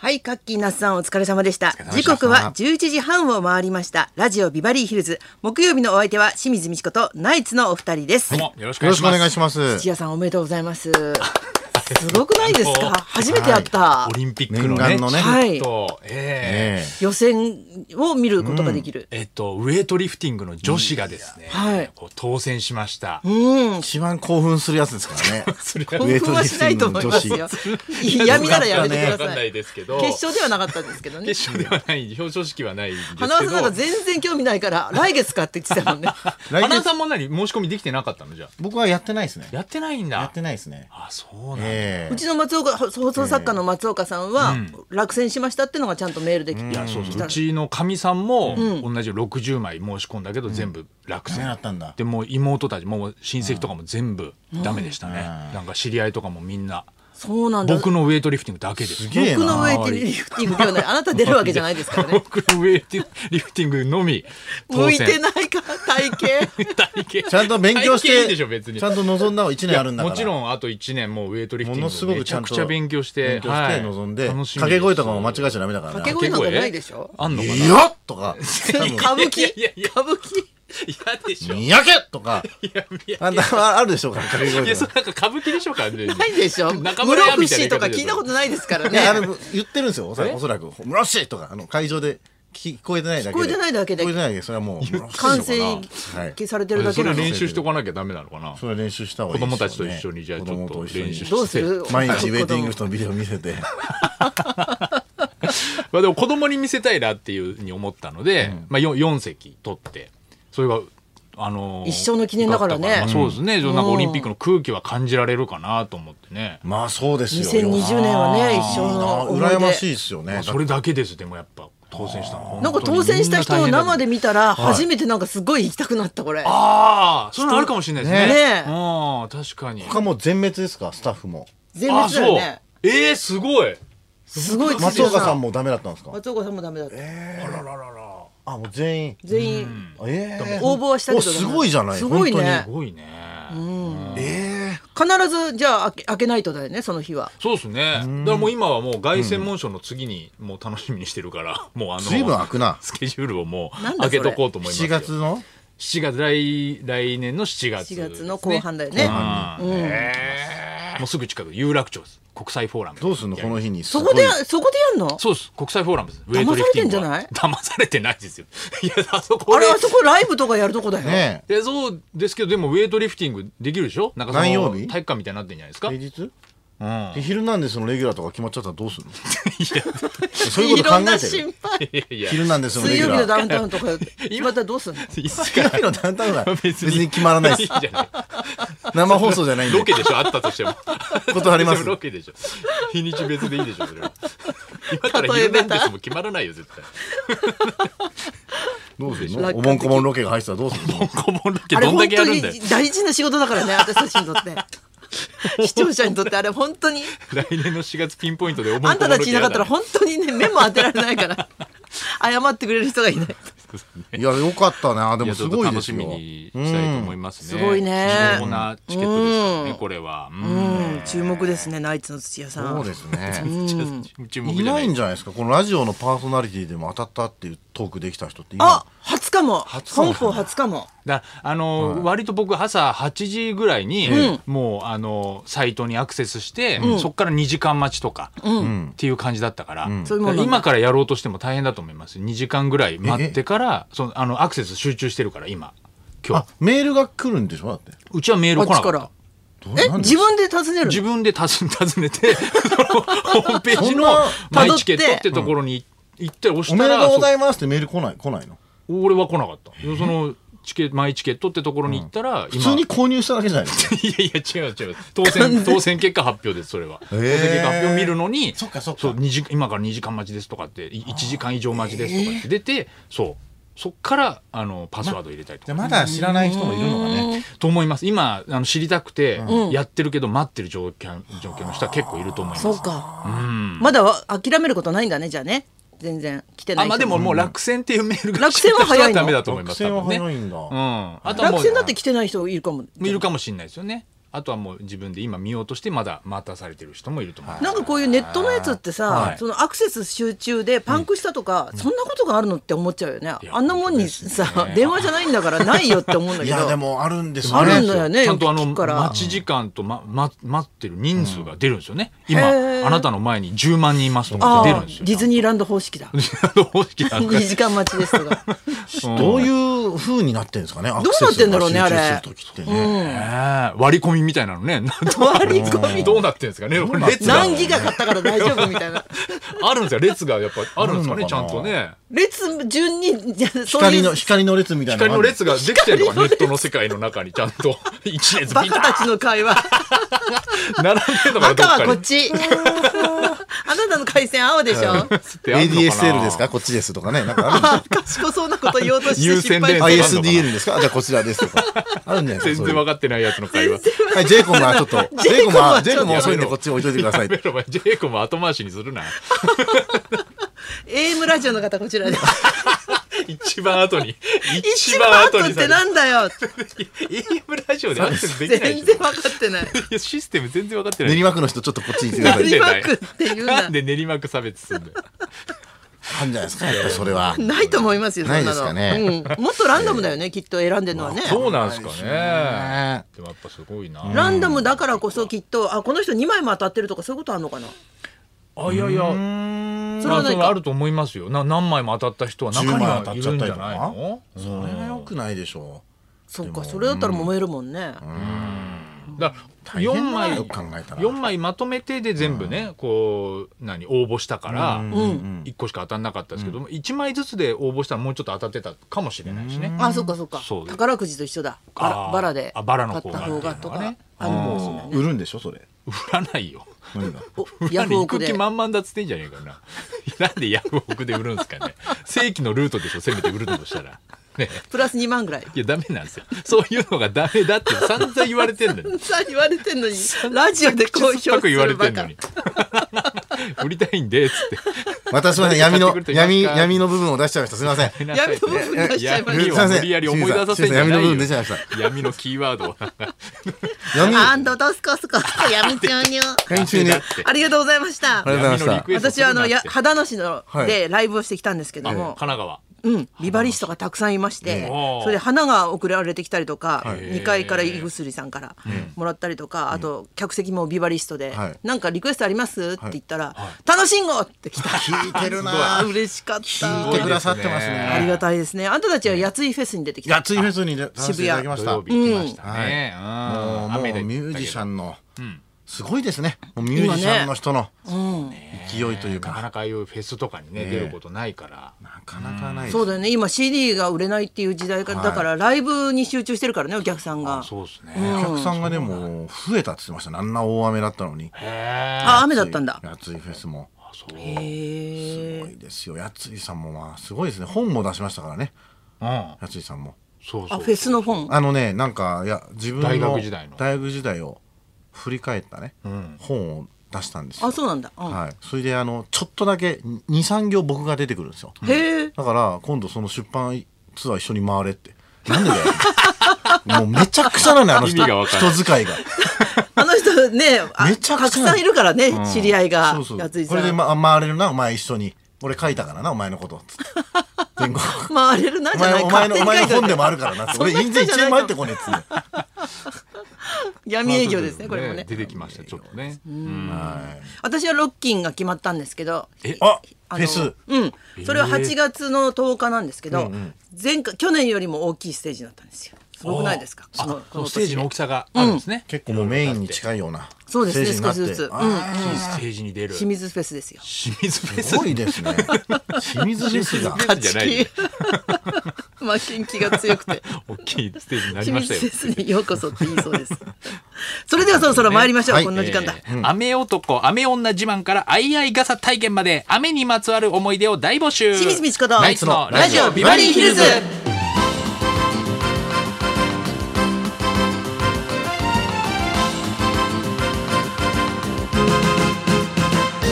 はい、カッキーなっさんお疲れ様でしたれ様。で時した刻は11時半を回りました。ラジオビバリーヒルズ。木曜日のお相手は清水美智子とナイツのお二人です。どうもよろしくおよ願ろいししくおます。願いします。土屋さんおめでとうございます。すごくないですかあの初めてやった。オリンピック念の願ね。のね。はいちょっとええー予選を見ることができる。えっとウエイトリフティングの女子がですね、はいこう当選しました。え一番興奮するやつですからね。それが興 ウエイ奮トはリしフなティいンとグ思のい女ま子すよ。嫌味ならやめてくだわかんさ。ない決いですけど。勝ではなかったんですけどね。決勝ではない表彰式はないんですけど。花輪さんなんか全然興味ないから来月かって言ってたもんね。来花輪月さんも何申し込みできてなかったのじゃあ。僕はやってないですね。やってないんだ。やってないですね。あそうなんだ。えうちの松岡放送作家の松岡さんは落選しましたってのがちゃんとメールできていやそう来そうたうちのかみさんも同じ60枚申し込んだけど全部落え。選何だったんだ。でもう妹たちもう親戚とかも全部ダメでしたね、うんなんか知り合いとかもみんなそうなんだ。僕のウエイトリフティングだけですすげえ僕のな。ウェイトリフティングではない。あなた出るわけじゃないですからね。 僕のウエイトリフティングのみ当向いて選ないか体型。体型ちゃんと勉強し体型いいて、でしょ別にちゃんと望んだの一年あるんだから。もちろんあと1年もうウエイトリフティものすごングめくちちゃゃんくとちゃ勉強し勉て強してはい望んで、楽しみ掛け声とかも間違いじゃダメだからね。掛け声なんかないでしょあんのかないやっと か、多分歌舞伎いやいや歌舞伎嫌でしょいにやけとか、や いやあんなあるでしょうから掛けい声やそとれか。なんか歌舞伎でしょ完全にないでしょ。室中村屋みたい伏な言いと方かでしょ聞いたことないですからいや、あれね。言ってるんですよ、おそらえおそらく。室伏とか、あの会場で聞こえてないだ聞けで。こえてないだけで聞こえてないだけで、それはもう、室伏 完でしょ成うからはい形されてるだそけれなはのに練習しておかなきゃダメなのかなそれは練習した方がいい子供たでちすよとね一緒にじゃあちょっ子供と一緒に練習してどうする毎日ウェイティング人のビデオ 見せてまあ、でも子供に見せたいなっていうふうに思ったので、まあ、4, 四席取ってそれが、あのー一生の記念だからね良ったまあそうですね、なんかオリンピックの空気は感じられるかなと思ってね、まあそうですよ2020年はね一生あのー思い羨ましい出。ですよねまあそれだけですでもやっぱ当選したのなんか当選した人を生で見見たら初めてなんかすごい行きたくなったこれ。ああそういうのあるかもしれないですねねえうん確かに他もう全滅ですかスタッフも全滅だよね。あそうえー、すごいすごい辻松岡さんもダメだったんですか松岡さんもダメだった。あもう全員全員ええ応募はしたけどおすごいじゃないすごいねすごいね、必ずじゃあ開け開けないとだよねその日はそうですねだからもう今はもう凱旋門賞の次にもう楽しみにしてるから、もうあの随分開くなスケジュールをもなんうだ開それけとこうと思います7よ月の7月来来年の7月4ですね、月の後半だよねうんへーもうすぐ近く有楽町です国際フォーラムどうすんのこの日にそこですごいそこでやんのそうです国際フォーラムですウ騙されてんじゃはない騙されてないですよいやあそこあでれあそこライブとかやるとこだよ、ねでそうですけどでもウエイトリフティングできるでしょなんかその何曜日体育館みたいになってんじゃないですか、えう平日ん、いで昼なんでそのレギュラーとか決まっちゃったらどうすん のそういうこと考ろんなえてる心配やいや昼なんでそのレ水ギ曜日ュのダラーウンタウンとか決まったらどうすんのいいっす水曜か日のダウンタウンは別別にに決まらないでいいすじゃない生放送じゃないんロでケでしょあったとしても断りますロケでしょ日にち別でいいでしょそれは今から例え昼ベなタんですも決まらないよ絶対どうす落る下の的おぼんこぼんロケが入ってたらどうするの顧問ロケあれどんだ本けや当るにんだよ大事な仕事だからね私たちにとって視聴者にとってあれ本当に来年の4月ピンポイントで思あんたたちいなかったら本当にね目も当てられないから謝ってくれる人がいないいやよかったなでもすごい楽ですしみよにしたいと思いますうんね。すごいね貴重なチケットですからね、これは。うんうん注目ですねナイツの土屋さそうんです ねちょ注目いじゃなないいん。じゃないですかこのラジオのパーソナリティでも当たったっていうトークできた人って今あ初かも初かも本邦初かもだあの、割と僕朝8時ぐらいに、もうあのサイトにアクセスして、そこから2時間待ちとか、っていう感じだったから、そういうもんなんだ今からやろうとしても大変だと思います2時間ぐらい待ってからそのあのアクセス集中してるから今今あ日メールが来るんでしょだってうちはメールあ来っなちかかったらどうえなんで自分で尋ねる自分で尋尋 ねてそのホームページの「マイチケット」ってところに行って押おしためでらとうござそいますってメール来ない来ないの俺は来なかったそのチケマイチケットってところに行ったら普通今 に購入しただけじ ゃないのいやいや違う違う当選当選結果発表ですそれは当選結果発表見るのにそっかそっかう二時今から2時間待ちですとかって1時間以上待ちですとかって出てそうそっからあのパスワード入れたりとかまだ知らない人もいるのがねと思います今あの知りたくてやってるけど待ってる状況状況の人は結構いると思いますそうか、まだわ諦めることないんだねじゃあね全然来てないあ人まあでももう落選っていうメールが落選は早いのダメだと思いま学す生は早いんだ多分ねうんあとはもう落選だって来てない人いるかも見るかもしれないですよねあとはもう自分で今見ようとしてまだ待たされてる人もいると思う、なんかこういうネットのやつってさ、はいそのアクセス集中でパンクしたとか、そんなことがあるのって思っちゃうよね。やあんなもんに本当さ、ですね電話じゃないんだからないよって思うんだいけど。やでもあるんですよあねるんだよね。ちゃんとあよのく聞くから待ち時間と、まま、待ってる人数が出るんですよね、今へーあなたの前に10万人いますとかあって出るあんですよディズニーランド方式だ。どうしてなんか2時間待ちですとか。 どういう風になってんですかねどどうなってんだろうねあれってねねえ割り込みみたいなのね割り込みどうなってんですかねこれ列が何ギガ買ったから大丈夫みたいな。あるんですよ列がやっぱあるんですかねあちるゃのかんなとね列順に、じゃあそうい光のう光の列みたいな光の列ができてるの光のがネ列ットの世界の中にちゃん と一列バビタカたちの会話。ッ並んでるのがど赤っはこかっにち。 あなたの回線青でしょ。ってあるのかな ADSL ですかこっちですとかねなんかあるんあ賢そうなこと言おうとして優失先敗連しあた鎖 ISDN ですかじゃあこちらですとかあるんじゃないで全すか然分かかってないやつの会話はい、ジェイコムはちょっと、ジェイコムは、ジェイコムは遅いんでこっちに置いといてくださやい。 めろお前ジェイコも後回しにするな AM ラジオの方こちらです。一番後に一一番番後後っにさてなんだよ。 AM ラジオでアクセスできない全で然しょ分かってない。いやシステム全然分かってない練馬区の人ちょっとこっちにいてください。練馬区っていうななんで練馬区差別するんだよあるんじゃないですか、やっぱそれ は。ないと思いますよ、そんなの。ないですかねうん。もっとランダムだよね、きっと選んでるのはね。そうなんですかねね。でもやっぱすごいな。ランダムだからこそきっと、あ、この人2枚も当たってるとかそういうことあるのかな。あいやいや。そそれれははないかあると思いますよ。な何枚も当たった人は中にはいるんじゃないの？それは良くないでしょそっか、それだったら揉めるもんね。だから四変だな枚よく考えたら。四枚まとめてで全部ね、こう何応募したから一個しか当たんなかったですけども、一枚ずつで応募したらもうちょっと当たってたかもしれないし ね。あ、そっかそっかそう。です宝くじと一緒だ。バラあーバラで。あバラの買っ方がた方がとっていうのがかね。あるかもしれないう売るんでしょ、それ。売らないよ。何が。お売らヤないフオ行クくで気。満々だっつってんじゃねえかな。 なんでヤフオクで売るんですかね。正規のルートでしょ。せめて売るとしたら。 ね。プラス2万ぐらい。いや、ダメなんですよ。そういうのがダメだって散々言われてんのに。さあ言われてんのに、ラジオで公表す酸っぱく言われるてばんのかに。 売りたいんで、つ私はね、誰闇かの買ってくれ、ていいですか闇、闇の部分を出しちゃいました。すみません。って。闇の部分出しちゃいまいやいし闇た。やを無理やり思い出させんじゃなすいませいよん闇の部分出ちゃいまし闇のキーワー ドを。闇、アンドドスコスコスコ闇中に。編集に。だっあてありがとうございました。りがとうございま闇のしリたク。エストす私はあるなのってや肌の市のはいでライブをしてきたんですけども、神奈川。うん、ビバリストがたくさんいましてうんそれで花が送られてきたりとか、はい2階から胃薬さんからもらったりとか、あと客席もビバリストで「はいなんかリクエストあります?」って言ったら「楽しんご!」って来た聞いてるなあぁ嬉しかっ聞たいてくださってますすごいね。ありがたいですねあんたたちはやついフェスに出てきいや、たツイフェスに出させていただきま土した。も曜う、日行きましたね。もうミュージシャン。ンの、すごいですね。もうミュージシャンの人の勢いというなかか、なかああいうフェスとかにね、出ることないから。なかなかないですそうだよね今 CD が売れないっていう時代から、はいだからライブに集中してるからねお客さんが。そうですね。お客さんがでも増えたって言ってましたねあんな大雨だったのにへあ雨だったんだ。暑いフェスもーそうへーすごいですよやついさんもまあすごいですね本も出しましたからねうん。やついさんもそうそう。あフェスの本あのねなんかいや自分の大学時代の大学時代を振り返ったね、本を出したんですよあそうなんだ、うんはい、それであのちょっとだけ23行僕が出てくるんですよへえだから今度その出版ツアー一緒に回れってなんでだよ もうめちゃくちゃなのよあの人意味がわかんない人使いがあの人ね、あめちゃたくくちゃさんいるからね、知り合いがそうそ、やつういこされで、ん。ま、回れるなお前一緒に俺書いたからなお前のことつって全国回れるな おじゃな前いお前勝の手おに前書いてあの本でるもあるからなつって俺そんな印税人じゃない1円も入ってこねえっつって闇営業ですね、これもね。出てきました、ちょっとね。はい私はロッキンが決まったんですけど、ああのフェスうん、それはえー8月の10日なんですけど、前回去年よりも大きいステージだったんですよ。すごくないですか？あそのこのステージの大年きさがあるんですね。結構もうメインに近いようなそうですねステージにな少しずってつあいーステージに出る。清水フェスですよ。清水フェスすごいですね清水フェス がじゃない。まあ元気が強く て。大きいステージにな り清ました水よフ。ェスにようこそって言いそうです。それではそろそろ参りましょう。はいこんな時間だ。えー雨男、雨女自慢からあいあい傘体験まで雨にまつわる思い出を大募集清水ミチコとナイツのラジオビバリーヒルズ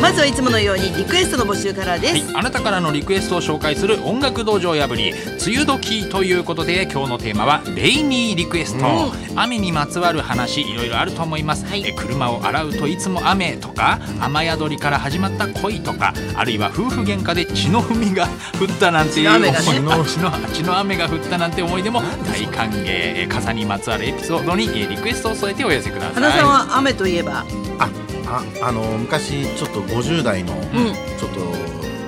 まずはいつものようにリクエストの募集からです、はい、あなたからのリクエストを紹介する音楽道場破り梅雨時ということで今日のテーマはレイニーリクエスト、雨にまつわる話いろいろあると思います、はいえ車を洗うといつも雨とか雨宿りから始まった恋とかあるいは夫婦喧嘩で血の踏みが降ったなんていう血の雨がね思いあ血の血の雨が降ったなんて思い出も大歓迎え傘にまつわるエピソードにえリクエストを添えてお寄せください花さんは雨といえば、あああの昔ちょっと50代のうんちょっと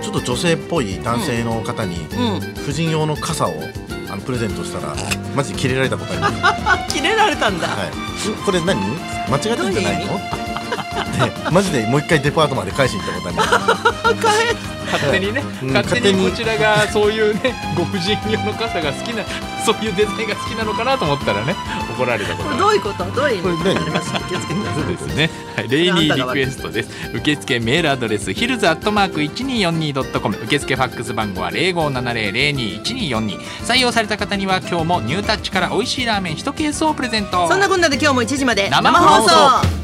ちょっと女性っぽい男性の方にうん婦人用の傘をあのプレゼントしたらマジでキレられたことあり ます。あ切れられたんだ、はい、これ何間違ってんじゃないのってでマジでもう一回デパートまで返しに行ったことあり ます勝手にね、うん勝手勝手ににこちらがそういうね ご婦人用の傘が好きなそういうデザインが好きなのかなと思ったらね怒られたこことがれあどるういうことどういう意味これ何あります気をつけてくださそうですね、はい、レイニーリクエストです受付メールアドレスヒルズアットマーク 1242.com 受付ファックス番号は0570021242採用された方には今日もニュータッチから美味しいラーメン1ケースをプレゼントいそんなこんなで今日も1時まで生放送生放送